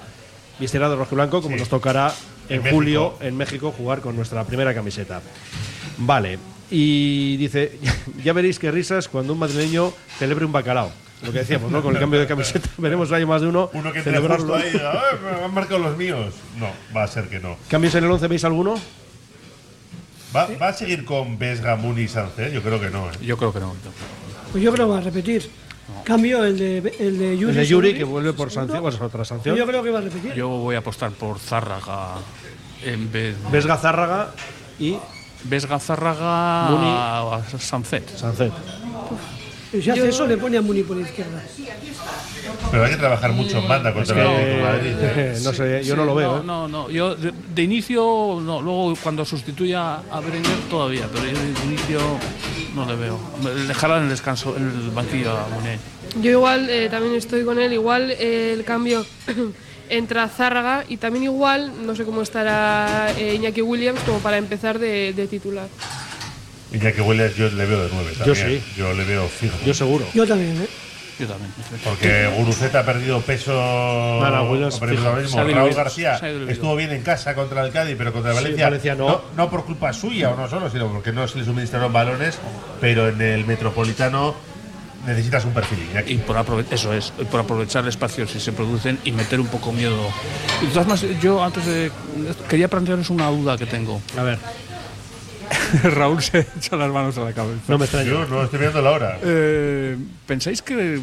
vistirá de rojo y blanco, como nos tocará en,
En
julio
México.
en México jugar con nuestra primera camiseta. Vale, y dice, ya veréis qué risas cuando un madrileño celebre un bacalao. Lo que decíamos, ¿no? Con el cambio de camiseta veremos hay más de uno,
Uno que te
celebrarlo.
justo ahí, "Ay, me han marcado los míos. No, va a ser que no.
¿Cambios en el 11 veis alguno?
¿Va, va a seguir con Vesga, Muni y Sanchez? Yo creo que no. ¿eh?
Yo creo que no.
Pues yo creo que va a repetir. Cambio el de, el de Yuri.
El de Yuri,
seguro.
que vuelve por sanción, bueno, es otra sanción.
Yo creo que va a repetir.
Yo voy a apostar por Zárraga en vez
Vesga Zárraga y
Vesga Zárraga
Muni.
a Sancet.
Sancet.
Si hace
Yo-
eso, le pone a Muni por izquierda.
Pero hay que trabajar mucho en banda contra
Es
el
que-
Atlético de Madrid. ¿eh?
no sé, yo
Sí,
no lo veo.
¿eh?
¿eh?
No, no, no. Yo de, de inicio, no. Luego, cuando sustituya a Berenguer, todavía. Pero yo de inicio no le veo. Me- Dejará en el descanso, en el banquillo a Muné.
Yo igual eh, también estoy con él, igual eh, el cambio entra Zárraga y también igual, no sé cómo estará eh, Iñaki Williams como para empezar de, de titular.
Y ya que hueles, yo le veo de nueve
Yo
también.
sí.
Yo le veo fijo.
Yo seguro.
Yo también, ¿eh?
Yo también.
Porque Guruceta ha perdido peso.
no, Williams,
ha perdido
fijo.
ahora mismo.
Se ha
Raúl
diluido,
García
se ha diluido.
estuvo bien en casa contra el Cádiz, pero contra el
Sí,
Valencia.
Valencia no.
no. no por culpa suya o no solo, sino porque no se le suministraron balones. Pero en el Metropolitano necesitas un perfil.
Y por aprove- eso es, por aprovechar espacios si se producen y meter un poco miedo. Y de todas maneras, yo antes de. Quería plantearles una duda que tengo.
A ver.
Raúl se echa las manos a la cabeza.
No me extraña.
Yo no estoy viendo la hora.
Eh, ¿Pensáis que,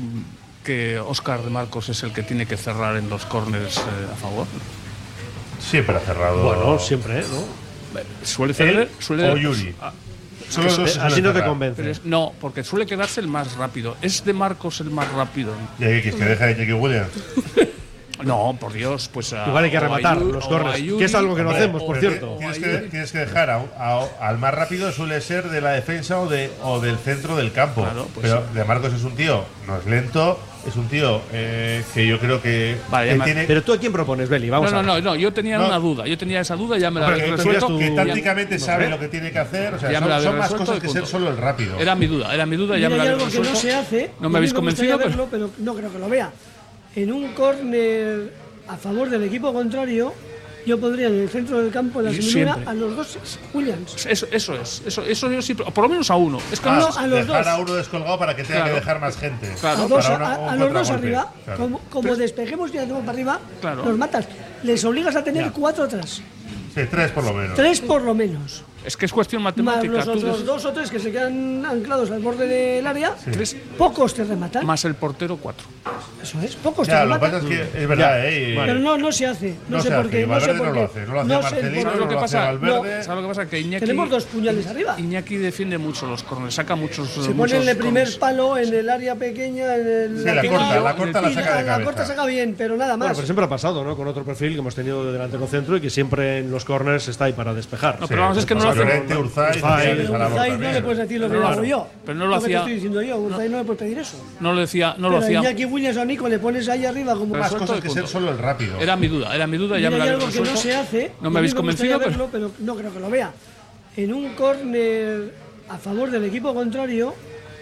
que Oscar de Marcos es el que tiene que cerrar en los córners eh, a favor?
Siempre ha cerrado.
Bueno, siempre, ¿eh? ¿no?
Suele ceder.
Él
Suele,
o Yuri.
Ah,
Son los dos que Este, Así suelen no te cerrar. convence.
Pero es- no, porque suele quedarse el más rápido. ¿Es de Marcos el más rápido?
¿Y ahí quieres que deje a Iñaki Williams?
No, por Dios, pues. a-
Igual hay que
o a
rematar
Yu-
los
o
corners,
a Yuri,
que es algo que no
o-
hacemos,
o-
por
o-
cierto.
o a
Tienes
Yuri.
que, tienes que dejar a- a- al más rápido, suele ser de la defensa o, de, o del centro del campo.
Claro, pues
Pero
sí.
De Marcos es un tío, no es lento, es un tío eh, que yo creo que.
Vale,
que
Mar-
Pero tú a quién propones, Beli, vamos
no,
a
no,
ver.
no, no, yo tenía
No.
una duda. Yo tenía esa duda, ya me la
Hombre,
habéis
que tú
resuelto.
dirás tú que
Ya-
tácticamente
no
sabe
sé.
lo que tiene que hacer. O sea,
Ya me
son,
la habéis
son más
resuelto
cosas
y
que ser
punto.
solo el rápido.
Era mi duda, era mi duda, ya
Mira,
me la
hay
habéis
algo que
resuelto.
no se hace.
No
y a mí
me habéis
gustaría
convencido, pero.
verlo, pero... no creo que lo vea. En un córner a favor del equipo contrario, yo pondría en el centro del campo de la
Y
semana
siempre.
a los dos Williams.
Eso, eso es, eso, eso yo sí, o por lo menos a uno. Es que
Ah,
no-
dejar a uno descolgado para que tenga
Claro.
que dejar más gente.
Claro.
a, dos-
Para una-
a-
un
a los dos
contragolpe.
arriba,
Claro.
como, como despejemos y hacemos para arriba,
Claro.
los matas. Les obligas a tener cuatro atrás,
Sí, tres por lo menos.
tres por lo menos,
Es que es cuestión
más
matemática.
los
tú
otros
des-
dos o tres que se quedan anclados al borde del área,
Tres.
pocos te rematan.
Más el portero, cuatro.
Eso es, pocos
Ya,
te
lo que
rematan.
pasa es que es verdad,
Ya.
¿eh? Y-
Pero no, no se hace, no,
No
sé
se
por
hace,
qué, no sé
Valverde
por
no
qué.
lo hace, no lo hacía
sé
Marcelino,
por
¿Sabes
qué.
lo que pasa?
Valverde.
No, ¿Sabes lo que pasa? Que Iñaki,
Tenemos dos puñales arriba.
Iñaki defiende mucho los corners, saca muchos.
Se
muchos
pone en el primer
corners.
palo, en el área pequeña, en el.
Sí, la
lateral,
corta, la corta la
y
saca de
La
cabeza.
corta saca bien, pero nada
Bueno,
más.
pero siempre ha pasado, ¿no? Con otro perfil que hemos tenido de delantero centro y que siempre en los corners está ahí para despejar.
No, pero vamos, es que no lo hace.
Llorente, Urzaiz, Urzaiz,
Pero Urzaiz no le puedes decir lo
Pero
que
no
le
lo
hago
hace.
yo.
Pero no lo
que te
hacía-
estoy diciendo yo. Urzaiz no, le puedes pedir eso.
No lo decía, no lo
pero
hacía.
a Iñaki Williams o a Nico le pones ahí arriba como
Más cosas que ser solo el rápido.
Era mi duda, era mi duda, ya
Mira,
me la
hay
habéis
algo que no
resuelto.
se hace.
No
y
me habéis
gustaría
convencido, pero.
verlo, pero no creo que lo vea. En un córner a favor del equipo contrario,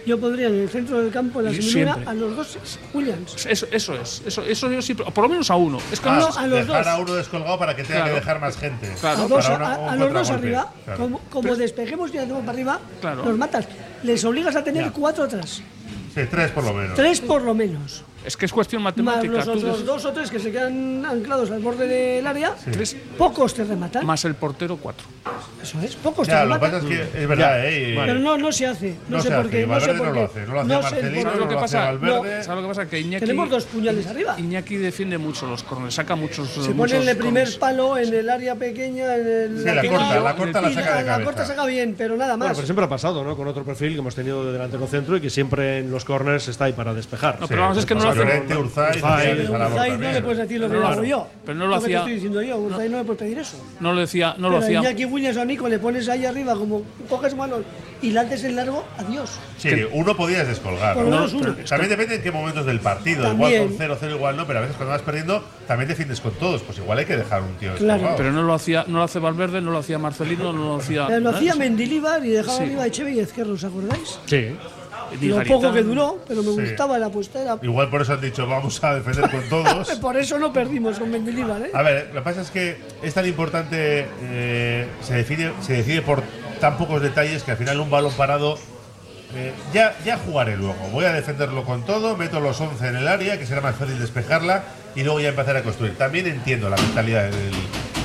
yo podría en el centro del campo, en la
Y
semana,
siempre.
a los dos Williams.
Eso, eso es, eso, eso yo sí, o por lo menos a uno. Es que
Ah,
no,
dejar a uno descolgado para que tenga
Claro.
que dejar más gente.
Claro.
a, dos-
Para una-
a-
un
a los dos
contragolpe.
arriba,
Claro.
como, como despejemos y hacemos para arriba,
Claro.
los matas. Les obligas a tener cuatro atrás,
Sí, tres por lo menos.
tres por lo menos,
Es que es cuestión
más
matemática.
los
tú
otros
des-
dos o tres que se quedan anclados al borde del área,
Tres.
pocos te rematan.
Más el portero, cuatro.
Eso es, pocos
Ya, lo
pues te
que
rematan.
pasa es que es verdad,
Ya.
¿eh? Y-
Pero no, no se hace,
No
no, sé
se
por
hace,
qué, no sé
Valverde
por
no
qué.
lo hace, no lo hacía
sé el
Marcelino,
¿Sabes
no lo
por qué.
lo que pasa?
Valverde.
No, ¿Sabes lo que pasa? Que Iñaki,
Tenemos dos puñales arriba.
Iñaki defiende mucho los corners, saca muchos.
Se pone en el primer palo, en el área pequeña, en el.
Sí, la
lateral,
corta, la corta la
y
saca de
La corta
cabeza.
saca bien, pero nada
Bueno,
más.
pero siempre ha pasado, ¿no? Con otro perfil que hemos tenido de delantero centro y que siempre en los corners está ahí para despejar.
No, pero vamos, es que no lo hace.
Llorente, Urzaiz, Urzaiz,
Pero
Alaba.
Urzaiz no le puedes decir lo que
Pero
le
no
hago
lo-
yo.
pero no lo
que
hacía-
te estoy diciendo yo, Urzaiz no le puedes pedir eso.
No lo decía, no lo
Pero
hacía.
Iñaki Williams o Nico le pones ahí arriba, como coges manos y lances el largo, adiós.
Sí, uno podías descolgar.
Por lo menos
No,
uno.
pero También depende en qué momentos del partido.
También.
Igual con 0-0, igual no, pero a veces cuando vas perdiendo también defiendes con todos. Pues igual hay que dejar un tío descolgado.
Pero no lo hacía, no lo hace Valverde, no lo hacía Marcelino, no lo hacía.
Pero lo hacía
¿eh?
Mendilibar y dejaba
Sí.
arriba a Echeve y Ezquerro, ¿os acordáis?
Sí.
Ni
Lo
Garitano.
poco que duró, pero me
Sí.
gustaba la apuesta. era-
Igual por eso han dicho, vamos a defender con todos.
Por eso no perdimos con Mendilibar, ¿eh?
A ver, lo que pasa es que es tan importante, eh, se, define, se decide por tan pocos detalles que al final un balón parado, eh, ya, ya jugaré luego, voy a defenderlo con todo, meto los 11 en el área, que será más fácil despejarla, y luego ya empezar a construir. También entiendo la mentalidad del,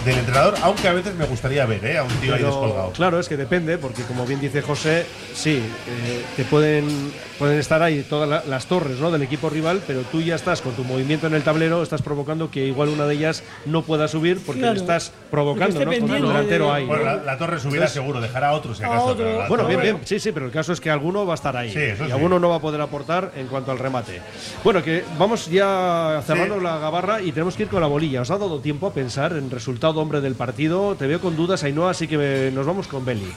del entrenador, aunque a veces me gustaría ver, ¿eh? A un tío ahí
Pero,
descolgado.
Claro, es que depende, porque como bien dice José, sí, eh, te pueden, pueden estar ahí todas la- las torres ¿no? del equipo rival, pero tú ya estás con tu movimiento en el tablero, estás provocando que igual una de ellas no pueda subir porque
Claro.
le estás provocando
Porque esté
¿no? con el
pendiente
delantero
de-
ahí.
Bueno,
¿no?
la- la torre subirá seguro, dejará a otros, si
A
acaso,
otro.
pero la
Bueno, bien,
torre-
bien, sí, sí, pero el caso es que alguno va a estar ahí
Sí, eso
y
sí.
alguno no va a poder aportar en cuanto al remate. Bueno, que vamos ya cerrando
Sí.
la gabarra y tenemos que ir con la bolilla. ¿Os ha dado tiempo a pensar en resultado hombre del partido? Te veo con dudas, Ainhoa, así que eh, nos vamos con Beli.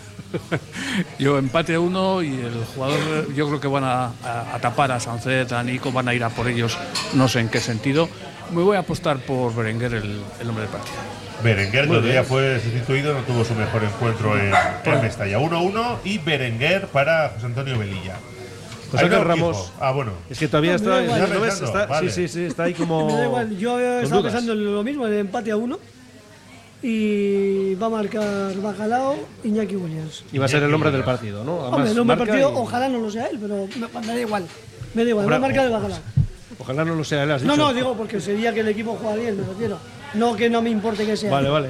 Yo empate a uno y el jugador, yo creo que van a, a- a tapar a Sancet, a Nico, van a ir a por ellos, no sé en qué sentido. Me voy a apostar por Berenguer, el, el hombre del partido.
Berenguer, que
Muy
otro día
bien.
fue sustituido, no tuvo su mejor encuentro en, en Mestalla. 1-1 y Berenguer para José Antonio Velilla.
José
Ahí no
Ángel
equipo.
Ramos.
Ah, bueno.
Es que todavía
Me da
está.
igual.
¿no ves?
Pensando,
Está-
vale.
Sí, sí, sí, está ahí como.
Me da igual, yo
con
estaba
dudas.
pensando en lo mismo, en el empate a uno. Y va a marcar Bacalao Iñaki Williams.
Y va a ser el hombre del partido, ¿no?
Hombre, el hombre
marca
partido,
y-
ojalá no lo sea él, pero me, me da igual. Me da igual,
Hombre,
una marca de Bacalao.
Ojalá no lo sea él, has
No,
dicho.
no, digo porque sería que el equipo juega bien, me refiero. No que no me importe que sea.
Vale, vale.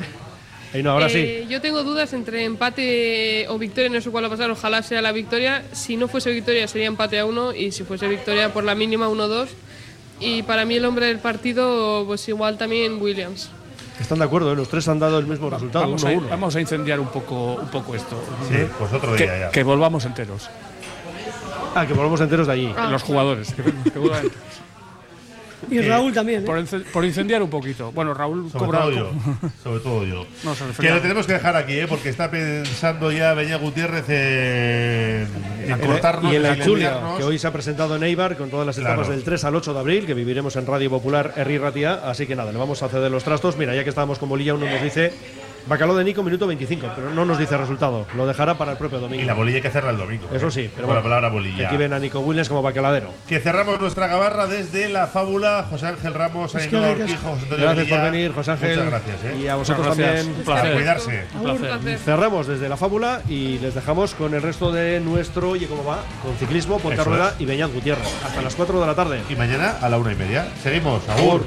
Ahí no, ahora sí.
Eh, Yo tengo dudas entre empate o victoria, no sé cuál va a pasar, ojalá sea la victoria. Si no fuese victoria sería empate a uno y si fuese victoria por la mínima 1-2. Y para mí el hombre del partido, pues igual también Williams.
Están de acuerdo, ¿eh? los tres han dado el mismo resultado.
Vamos,
1-1.
a, vamos a incendiar un poco, un poco esto.
Sí, pues otro día
que,
ya.
Que volvamos enteros.
Ah, que volvamos enteros de allí.
Ah.
Los jugadores. que- que vuelvan enteros.
Y Raúl también. ¿eh?
Por, encen- por incendiar un poquito. Bueno, Raúl
Sobre
cobra.
todo yo. Sobre todo yo.
No, se
Que
refería
lo tenemos que dejar aquí, ¿eh? porque está pensando ya Beña Gutiérrez en, en cortarnos
y en la Chulia,
silenciarnos.
que hoy se ha presentado en Eibar con todas las
Claro.
etapas del 3 al 8 de abril, que viviremos en Radio Popular Herri Ratia. Así que nada, le vamos a ceder los trastos. Mira, ya que estábamos con Bolilla, uno nos dice Bacaló de Nico, minuto 25, pero no nos dice resultado. Lo dejará para el propio domingo.
Y la bolilla hay que hacerla el domingo. ¿eh?
Eso sí, pero
Con la
bueno,
palabra bolilla.
Aquí ven a Nico Williams como bacaladero.
Que cerramos nuestra gabarra desde la fábula José Ángel Ramos,
Es que
Ainhoa
gracias.
Urquijo, José Antonio
Gracias por
Velilla.
venir, José Ángel.
Muchas gracias. ¿eh?
Y a vosotros también.
A cuidarse.
Cerramos desde la fábula y les dejamos con el resto de nuestro Oye cómo va, con ciclismo, Ponte
Eso
Rueda
es.
y Beñat Gutiérrez. Hasta las 4 de la tarde.
Y mañana a la una y media. Seguimos. Agur.